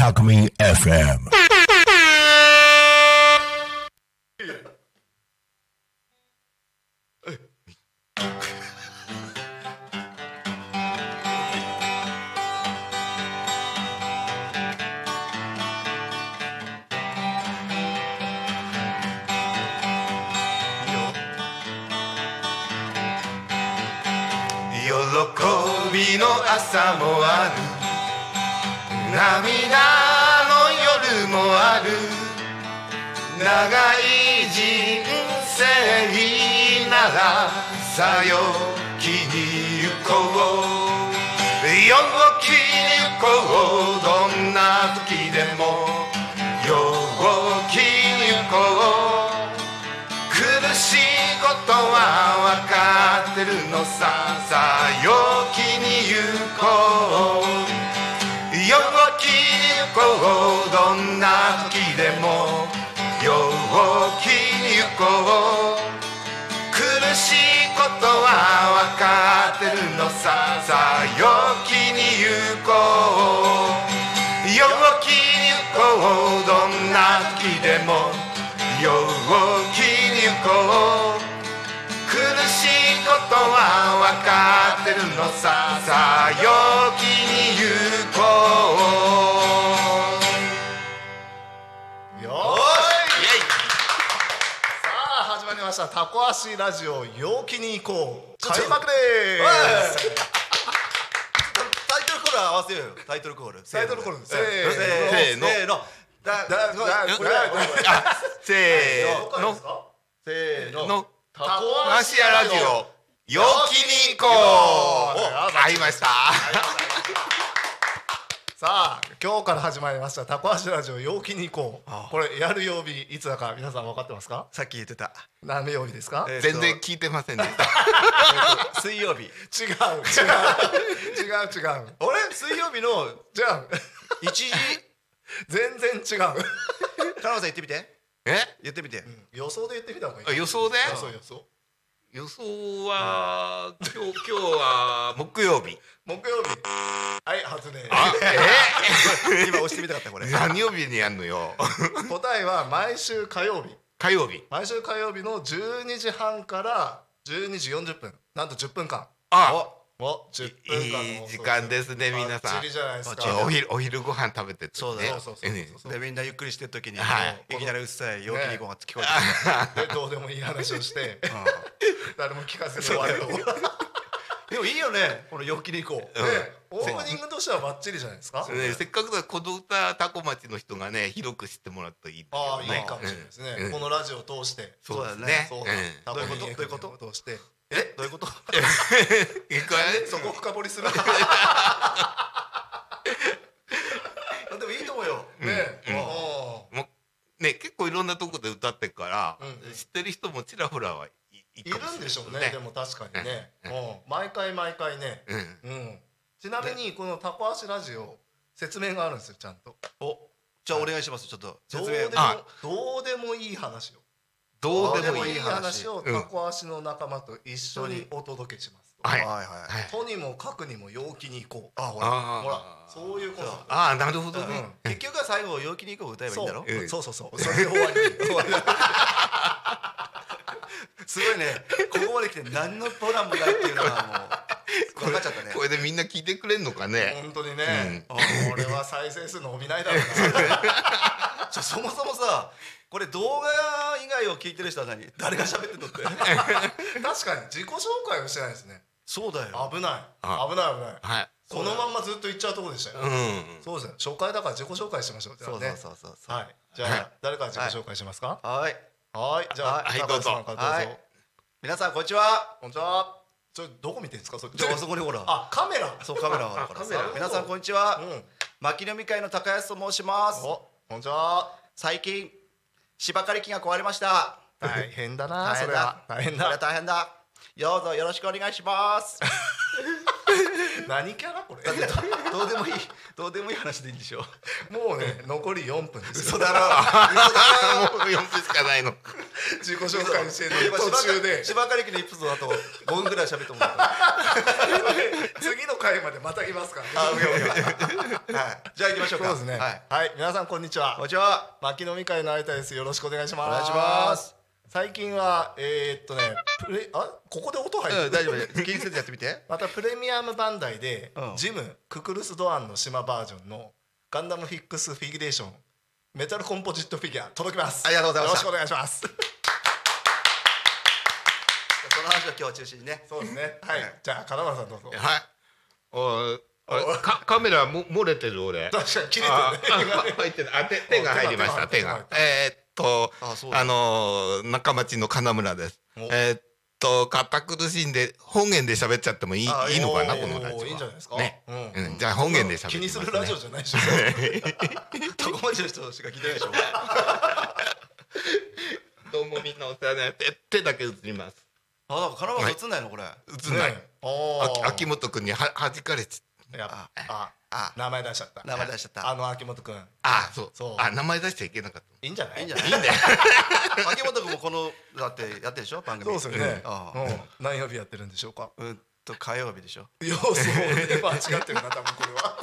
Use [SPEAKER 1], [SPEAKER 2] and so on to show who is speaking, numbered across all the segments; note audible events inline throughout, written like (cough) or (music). [SPEAKER 1] Alchemy FM.
[SPEAKER 2] 喜びの朝もある涙の夜もある長い人生ならさよきに行こう陽気に行こうどんな時でも陽気に行こう苦しいことは分かってるのささあ陽気に行こう陽気に行こうどんな時でも陽気に行こう苦しいことは分かってるのささあ陽気に行こう陽気に行こうどんな時でも陽気に行こう苦しいことは分かってるのささあ陽気に行こうよ
[SPEAKER 3] イエイさあ始まりましたタコ足ラジオ陽気に行こう開幕でーす
[SPEAKER 4] タイトルコール合わせようよタイトルコール
[SPEAKER 3] タイトルコール
[SPEAKER 4] せ
[SPEAKER 3] せー
[SPEAKER 4] ー
[SPEAKER 3] の
[SPEAKER 4] のせーのだだ
[SPEAKER 3] だ
[SPEAKER 4] こ
[SPEAKER 3] こ
[SPEAKER 4] れ
[SPEAKER 3] れ
[SPEAKER 4] あ
[SPEAKER 2] せ
[SPEAKER 3] どこ
[SPEAKER 2] ー
[SPEAKER 3] で
[SPEAKER 2] の
[SPEAKER 3] すか
[SPEAKER 4] せーの
[SPEAKER 2] の
[SPEAKER 3] タ
[SPEAKER 2] コアシアラジオ陽気に行こうお会いました
[SPEAKER 3] さあ今日から始まりましたタコ足ラジオ陽気に行こうこれやる曜日いつだか皆さん分かってますか
[SPEAKER 4] さっき言ってた
[SPEAKER 3] 何の曜日ですか、
[SPEAKER 4] えー
[SPEAKER 2] 全然聞いてませんでした
[SPEAKER 4] 水曜日
[SPEAKER 3] 違う違う違う違う
[SPEAKER 4] あれ水曜日の
[SPEAKER 3] じゃあ
[SPEAKER 4] 1時
[SPEAKER 3] 全然違う
[SPEAKER 4] 田中さん言ってみて
[SPEAKER 2] え
[SPEAKER 4] 言ってみて
[SPEAKER 3] 予想で言ってみた方がいい
[SPEAKER 2] あ予想で
[SPEAKER 3] 予想予想
[SPEAKER 2] 予想は今日今日は木曜日
[SPEAKER 3] 木曜日はい初音
[SPEAKER 2] あ
[SPEAKER 4] 今押してみたかったこれ
[SPEAKER 2] え何曜日にやんのよ
[SPEAKER 3] (laughs) 答えは毎週火曜日
[SPEAKER 2] 火曜日
[SPEAKER 3] 毎週火曜日の12時半から12時40分なんと10分間
[SPEAKER 2] あ
[SPEAKER 3] を10分間の
[SPEAKER 2] いい時間ですね皆さん
[SPEAKER 3] バッチリじゃないですか
[SPEAKER 4] バッチリ
[SPEAKER 2] お昼お昼ご飯食べててね
[SPEAKER 4] そうだ
[SPEAKER 3] そう
[SPEAKER 4] よ
[SPEAKER 3] そうそうそう
[SPEAKER 4] でみんなゆっくりしてる時に
[SPEAKER 2] はい
[SPEAKER 4] もういきなりうっさい陽気に行こうが聞こえ
[SPEAKER 3] でどうでもいい話をして
[SPEAKER 4] てくる
[SPEAKER 3] 誰も聞かずに終わると
[SPEAKER 4] うんでもいいよねこの陽気に行こう
[SPEAKER 2] うん
[SPEAKER 3] でオープニングとしてはバッチリじゃないですか
[SPEAKER 2] (laughs) ねせっかくだからこの歌タコ町の人がね広く知ってもらうといいんだ
[SPEAKER 3] あ
[SPEAKER 2] けど
[SPEAKER 3] あ
[SPEAKER 2] ね
[SPEAKER 3] いいかもしれないです
[SPEAKER 2] うんう
[SPEAKER 3] ね
[SPEAKER 2] ん
[SPEAKER 3] このラジオを通して
[SPEAKER 2] そうだね
[SPEAKER 3] そう
[SPEAKER 2] うん
[SPEAKER 3] タコミンエ
[SPEAKER 4] どうい
[SPEAKER 3] ク
[SPEAKER 4] うことどういうこと
[SPEAKER 3] を通して
[SPEAKER 4] えどういうこと
[SPEAKER 2] いいかい
[SPEAKER 3] そこ深掘
[SPEAKER 2] (laughs)
[SPEAKER 3] りするね
[SPEAKER 4] でもいいと思うよ
[SPEAKER 3] え
[SPEAKER 2] もうね結構いろんなとこで歌ってるから、
[SPEAKER 3] うん
[SPEAKER 2] 知ってる人もちらほらはいい
[SPEAKER 3] いるんでしょうねでも確かにね
[SPEAKER 2] う
[SPEAKER 3] うん毎回毎回ね
[SPEAKER 2] うん、
[SPEAKER 3] うんちなみにこのタコ足ラジオ説明があるんですよちゃんと
[SPEAKER 4] おじゃあお願いしますちょっと
[SPEAKER 3] どう
[SPEAKER 4] 説
[SPEAKER 3] で
[SPEAKER 4] 明
[SPEAKER 3] も
[SPEAKER 2] あ
[SPEAKER 3] どうでもいい話を
[SPEAKER 2] どうで
[SPEAKER 3] どうで
[SPEAKER 2] も
[SPEAKER 3] も
[SPEAKER 2] い
[SPEAKER 3] い
[SPEAKER 2] い
[SPEAKER 3] い話を
[SPEAKER 2] うん
[SPEAKER 3] タコ足の仲間と一緒にお届けします
[SPEAKER 2] は
[SPEAKER 4] はい
[SPEAKER 2] い
[SPEAKER 4] はい
[SPEAKER 3] とにもかくにも陽気に行こう
[SPEAKER 4] あほら
[SPEAKER 2] あー
[SPEAKER 3] ほらそういうこと
[SPEAKER 2] ああなるほどね、
[SPEAKER 3] うん
[SPEAKER 4] 結局は最後陽気に行こう歌えばいいんだろ
[SPEAKER 2] ええ
[SPEAKER 3] そうそうそうそれで終わり終わり
[SPEAKER 4] すごいねここまで来て何のプランもないっていうのはもう分かっちゃったね
[SPEAKER 2] これでみんな聞いてくれんのかね、
[SPEAKER 3] 本当にね、あ俺は再生数伸びないだろう
[SPEAKER 4] ちょそもそもさこれ動画以外を聞いてる人は何誰が喋ってんのって (laughs)
[SPEAKER 3] な確かに自己紹介をしてないですね
[SPEAKER 4] そうだよ
[SPEAKER 3] 危ない
[SPEAKER 2] あ
[SPEAKER 3] 危ない危ない
[SPEAKER 2] はい
[SPEAKER 3] このまんまずっと行っちゃうとこでしたよ、
[SPEAKER 2] うん
[SPEAKER 3] そうですね初回だから自己紹介しましょうじゃあ
[SPEAKER 4] そ
[SPEAKER 3] ね
[SPEAKER 4] うそうそうそうそう
[SPEAKER 3] はいじゃあ、
[SPEAKER 2] はい
[SPEAKER 3] 誰から自己紹介しますか
[SPEAKER 4] はい
[SPEAKER 3] はいじゃあ、
[SPEAKER 2] はい
[SPEAKER 3] 高橋さんからどうぞ、
[SPEAKER 4] はい皆さんこんにちは
[SPEAKER 3] こんにちはそれどこ見てんですかそれ
[SPEAKER 4] ちょあそこにほら
[SPEAKER 3] あカメラ
[SPEAKER 4] そうカメラがあるからさ皆さんこんにちは
[SPEAKER 3] うん
[SPEAKER 4] 牧野美会の高安と申します
[SPEAKER 3] おこんにちは
[SPEAKER 4] 最近芝刈り機が壊れました
[SPEAKER 3] 大変だな
[SPEAKER 4] 大
[SPEAKER 3] そ
[SPEAKER 4] 変
[SPEAKER 3] れは
[SPEAKER 4] だ
[SPEAKER 3] 大変
[SPEAKER 4] それは
[SPEAKER 3] だ
[SPEAKER 4] 大変だどうぞよろしくお願いします
[SPEAKER 3] 何キャラこ
[SPEAKER 4] (laughs)
[SPEAKER 3] れ
[SPEAKER 4] どうでもいいどうでもいい話でいいんでしょ
[SPEAKER 3] もうね残り4分ですよ
[SPEAKER 4] 嘘だろ
[SPEAKER 2] あ (laughs) ーもう4分しかないの
[SPEAKER 3] 自己紹介してる
[SPEAKER 4] 今
[SPEAKER 3] 途中で
[SPEAKER 4] 芝刈り機のエピソードだと5分ぐらい喋ってもらった
[SPEAKER 3] 次の回までまた来ますからね
[SPEAKER 4] あ、うやうや。
[SPEAKER 2] はい
[SPEAKER 4] (laughs) じゃあ行きましょう
[SPEAKER 3] そう
[SPEAKER 4] か。
[SPEAKER 3] ですね
[SPEAKER 4] はい。
[SPEAKER 3] はい、皆さんこんにちは
[SPEAKER 4] こんにちは。
[SPEAKER 3] 牧野美会のあいたですよろしくお願いします
[SPEAKER 4] お願いします
[SPEAKER 3] 最近はえー、っとねプレあここで音入る、
[SPEAKER 4] うん、大丈夫です。気にせずやってみて。
[SPEAKER 3] またプレミアムバンダイで、
[SPEAKER 4] うん
[SPEAKER 3] ジムククルス・ドアンの島バージョンのガンダムフィックスフィギュレーションメタルコンポジットフィギュア届きます
[SPEAKER 4] ありがとうございました
[SPEAKER 3] よろしくお願いします
[SPEAKER 4] その話を今日中心にね。
[SPEAKER 3] そうですねはい、
[SPEAKER 4] はい
[SPEAKER 3] じゃあ金村さんどうぞ
[SPEAKER 2] はい。おいあれかカメラも漏れてる俺。
[SPEAKER 3] 確かに切れて
[SPEAKER 2] あ
[SPEAKER 3] るね
[SPEAKER 2] あ入ってるあ手手が入りました手
[SPEAKER 3] 手が
[SPEAKER 2] が。えーっと
[SPEAKER 4] あそうだ
[SPEAKER 2] あのー中町の金村です。
[SPEAKER 4] お
[SPEAKER 2] えーっと堅苦しいんで本源で喋っちゃってもいい
[SPEAKER 4] あ
[SPEAKER 2] いいのかな
[SPEAKER 3] おー
[SPEAKER 2] このラジオは。
[SPEAKER 3] いいんじゃないですか
[SPEAKER 2] ね。
[SPEAKER 3] うん
[SPEAKER 2] うんじゃあ本源で喋って
[SPEAKER 3] 気にするラジオじゃないでしょ
[SPEAKER 4] そこまでの人しか聞いてないでしょ。
[SPEAKER 2] どうもみんなお世話になって手だけ映ります。
[SPEAKER 4] あ、なんか金村さん映んないのこれ。
[SPEAKER 2] 映んない。
[SPEAKER 3] ねお
[SPEAKER 2] あ
[SPEAKER 3] ー
[SPEAKER 2] 秋元くんには弾かれち
[SPEAKER 3] やっぱあ
[SPEAKER 4] あ、
[SPEAKER 3] 名前出しちゃった
[SPEAKER 4] 名前出しちゃった
[SPEAKER 3] あの秋元くん
[SPEAKER 2] ああそう
[SPEAKER 3] そう
[SPEAKER 2] あ名前出しちゃいけなかっ
[SPEAKER 3] いいんじゃない
[SPEAKER 4] いいんじゃ
[SPEAKER 3] ない
[SPEAKER 4] ない。いいんだよ。秋元君もこのだってやってるでしょ番
[SPEAKER 3] そう
[SPEAKER 4] 組。
[SPEAKER 3] ですよね
[SPEAKER 4] あ
[SPEAKER 3] うん何曜日やってるんでしょうか
[SPEAKER 4] うんうんと火曜日でしょ。
[SPEAKER 3] いやそうね間違ってるな多分これは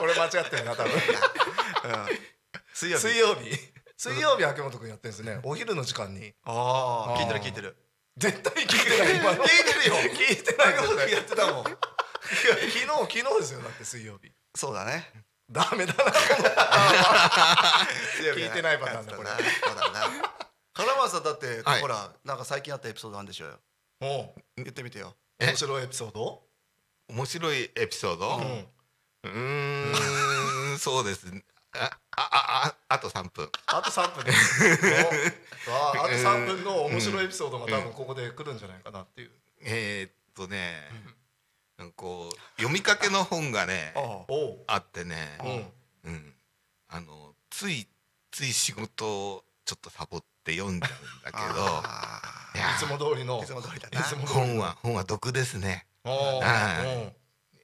[SPEAKER 3] 俺間違ってるな多分
[SPEAKER 4] 水曜日。
[SPEAKER 3] 水曜日水曜日秋元くんやってるんですねお昼の時間に
[SPEAKER 4] あ
[SPEAKER 3] あ
[SPEAKER 4] あ、
[SPEAKER 3] ー
[SPEAKER 4] 聞いてる聞いてる。
[SPEAKER 3] 絶対聞いてない今の (laughs) 聞いてるよ聞いてないことやってたも (laughs) ん昨日昨日ですよだって水曜日
[SPEAKER 4] そうだね。
[SPEAKER 3] ダメだな (laughs) 聞いてないパターンだこれ
[SPEAKER 4] やってたなそうだな。 (laughs) 金村さんだって、
[SPEAKER 2] はい
[SPEAKER 4] ほらなんか最近あったエピソードあるんでしょうよ。
[SPEAKER 3] も
[SPEAKER 4] 言ってみて
[SPEAKER 3] (laughs)
[SPEAKER 4] よ。
[SPEAKER 3] う面白いエピソード
[SPEAKER 2] た。面白いエピソード。
[SPEAKER 3] うん
[SPEAKER 2] うーん、そうです。あ、あ、あ、ああと3分。
[SPEAKER 3] あと3分です (laughs) おわああと3分の面白いエピソードが多分ここで来るんじゃないかなっていう
[SPEAKER 2] えー、っとね、なんかこう読みかけの本がね、
[SPEAKER 4] あ
[SPEAKER 3] おう
[SPEAKER 2] あってね、
[SPEAKER 3] うん
[SPEAKER 2] うん、あのついつい仕事をちょっとサボって読んじゃうんだけど、いや
[SPEAKER 3] いつも通りの
[SPEAKER 4] いつも通りだ
[SPEAKER 3] いつも通り
[SPEAKER 2] 本は本は毒ですね。
[SPEAKER 3] おう
[SPEAKER 2] は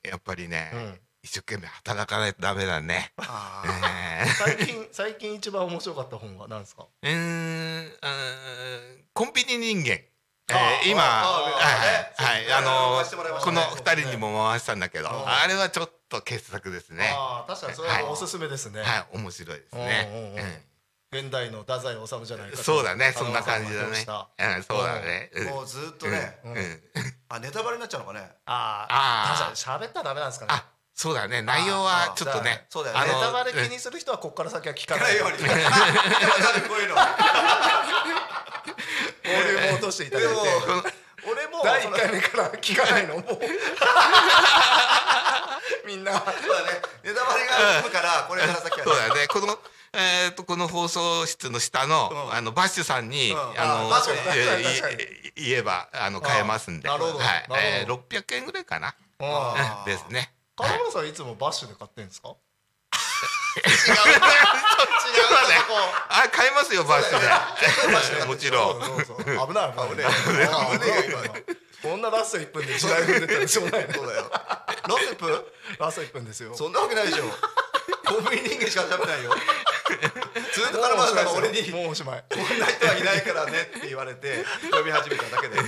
[SPEAKER 2] いやっぱりね、
[SPEAKER 3] うん
[SPEAKER 2] 一生懸命働かないとダメだね。
[SPEAKER 4] あ
[SPEAKER 2] え
[SPEAKER 4] ー
[SPEAKER 2] ー (laughs)
[SPEAKER 3] 最近最近一番面白かった本は何ですか
[SPEAKER 2] うーんあーコンビニ人間。え
[SPEAKER 3] あ
[SPEAKER 2] ー、今
[SPEAKER 3] あ
[SPEAKER 4] あ
[SPEAKER 2] はいはい、
[SPEAKER 4] そうですね回してもらい
[SPEAKER 2] あのこ
[SPEAKER 4] ました
[SPEAKER 2] の
[SPEAKER 4] ね
[SPEAKER 2] 2人にも回したんだけど、あれはちょっと傑作ですね。
[SPEAKER 3] ああ確かにそれはおすすめですね
[SPEAKER 2] はい、面白いですね。
[SPEAKER 3] うんうんうん
[SPEAKER 2] うん
[SPEAKER 3] 現代の太宰治じゃないかと
[SPEAKER 2] そうだね、そんな感じだ
[SPEAKER 3] あの
[SPEAKER 2] ね。
[SPEAKER 3] した
[SPEAKER 2] うん、そうだね。うん
[SPEAKER 4] もうずっとね。
[SPEAKER 2] うん
[SPEAKER 3] ん
[SPEAKER 2] うん
[SPEAKER 4] あ、ネタバレになっちゃうのかね。
[SPEAKER 3] あ
[SPEAKER 2] あー
[SPEAKER 3] あ喋ったらダメなんですかね
[SPEAKER 2] あ、そうだね、内容はちょっとね。
[SPEAKER 4] そうだよ
[SPEAKER 2] あ
[SPEAKER 4] ね
[SPEAKER 2] の
[SPEAKER 3] ネタバレ気
[SPEAKER 2] うん
[SPEAKER 3] にする人はここから先は聞か
[SPEAKER 4] 聞
[SPEAKER 3] な
[SPEAKER 4] かないい
[SPEAKER 3] よ
[SPEAKER 4] よ
[SPEAKER 3] う
[SPEAKER 4] う
[SPEAKER 3] に
[SPEAKER 4] (laughs) に。わかるこういうの。
[SPEAKER 3] ボリュームを落としていただいて
[SPEAKER 4] でも
[SPEAKER 3] 俺も
[SPEAKER 4] 第
[SPEAKER 3] 第1
[SPEAKER 4] 一回
[SPEAKER 3] 回目から聞かないのもうみんな
[SPEAKER 4] そうだね。ネタバレがあるから、これから先は
[SPEAKER 2] そう
[SPEAKER 4] ね。
[SPEAKER 2] だね、この、えっと、この放送室の下の、あの、バッシュさんに、
[SPEAKER 4] ん
[SPEAKER 2] あの
[SPEAKER 4] あバッシュ
[SPEAKER 3] ね
[SPEAKER 2] え
[SPEAKER 3] 確かに
[SPEAKER 2] いい言えば、あの、買えますんで。
[SPEAKER 3] あ
[SPEAKER 2] は
[SPEAKER 3] ないるほどなるほ、ど
[SPEAKER 2] えー600円ぐらいかな。
[SPEAKER 4] あー
[SPEAKER 2] ですね。
[SPEAKER 3] 金村さんいつもバッシュで買ってんですか
[SPEAKER 2] 違うね。 (laughs) あ、買えますよ、バッシュで。 (laughs) もちろん。
[SPEAKER 3] そうそうそう危ない危ない危ねえよ今こんなラスト1分で時代分出たらしょうがない
[SPEAKER 4] そうだよ。ロスプ？
[SPEAKER 3] ラスト1分ですよ
[SPEAKER 4] そんなわけないでしょ。コンビニ人間しか喋らないよ。ずっとカラマさんが俺にこん
[SPEAKER 3] もうおしまい
[SPEAKER 4] な人はいないからねって言われて読み始めただけで。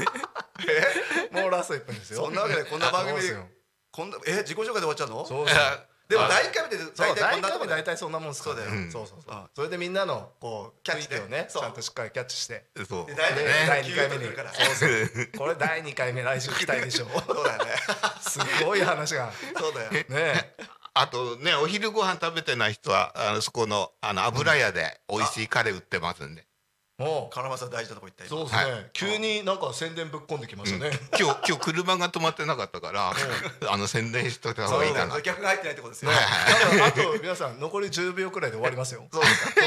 [SPEAKER 3] もうラスト1分ですよ
[SPEAKER 4] そんなわけでこんな番組
[SPEAKER 3] そうです
[SPEAKER 4] で
[SPEAKER 3] よ
[SPEAKER 4] こんなえ自己紹介で終わっちゃうの？
[SPEAKER 3] そうですよ
[SPEAKER 4] でも第一回目で
[SPEAKER 3] そ
[SPEAKER 4] 大
[SPEAKER 3] う
[SPEAKER 4] 体こ
[SPEAKER 3] 大
[SPEAKER 4] んな
[SPEAKER 3] 体
[SPEAKER 4] とこ
[SPEAKER 3] も
[SPEAKER 4] だよ。
[SPEAKER 3] 大体そんなもんですから
[SPEAKER 4] そうだよ
[SPEAKER 3] そうそうそう
[SPEAKER 4] うん
[SPEAKER 3] それでみんなのこう
[SPEAKER 4] キャッチね
[SPEAKER 3] 雰囲気をねち
[SPEAKER 4] そう
[SPEAKER 3] ゃんとしっかりキャッチして
[SPEAKER 2] そう。
[SPEAKER 4] で大体ね
[SPEAKER 3] 第2回目
[SPEAKER 4] 9
[SPEAKER 3] に
[SPEAKER 4] 分から
[SPEAKER 3] そうそうこれ第2回目来週期待でしょ
[SPEAKER 4] (laughs) そうだよね。
[SPEAKER 3] すごい話が
[SPEAKER 4] そうだよ。
[SPEAKER 3] ねえ
[SPEAKER 2] あとね、お昼ご飯食べてない人は、あの、そこの、あの、油屋で美味しいカレー売ってますんで。
[SPEAKER 3] も
[SPEAKER 4] カラマさん大事なとこ行った
[SPEAKER 3] う
[SPEAKER 4] 今
[SPEAKER 3] そうですね、
[SPEAKER 2] は
[SPEAKER 3] 急になんか宣伝ぶっ込んできましたね、
[SPEAKER 2] 今日、今日車が止まってなかったから、 (laughs) あの、宣伝しといた方がいいかな。
[SPEAKER 4] そう客が入ってないってことですよ。
[SPEAKER 3] だからあと皆さん残り10秒くらいで終わりますよ
[SPEAKER 4] そうですか。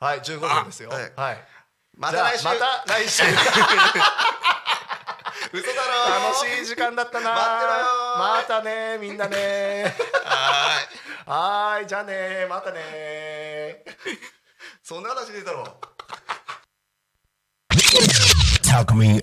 [SPEAKER 3] はい15秒ですよ
[SPEAKER 4] あ
[SPEAKER 3] は
[SPEAKER 4] はいい、
[SPEAKER 3] ま
[SPEAKER 4] また来週。
[SPEAKER 3] また来週
[SPEAKER 4] 嘘だろ
[SPEAKER 3] 楽しい時間だったな
[SPEAKER 4] 待ってろよー
[SPEAKER 3] またねーみんなねーはーいじゃあねーまたねー
[SPEAKER 4] そんな話でいいだろう
[SPEAKER 1] Talk me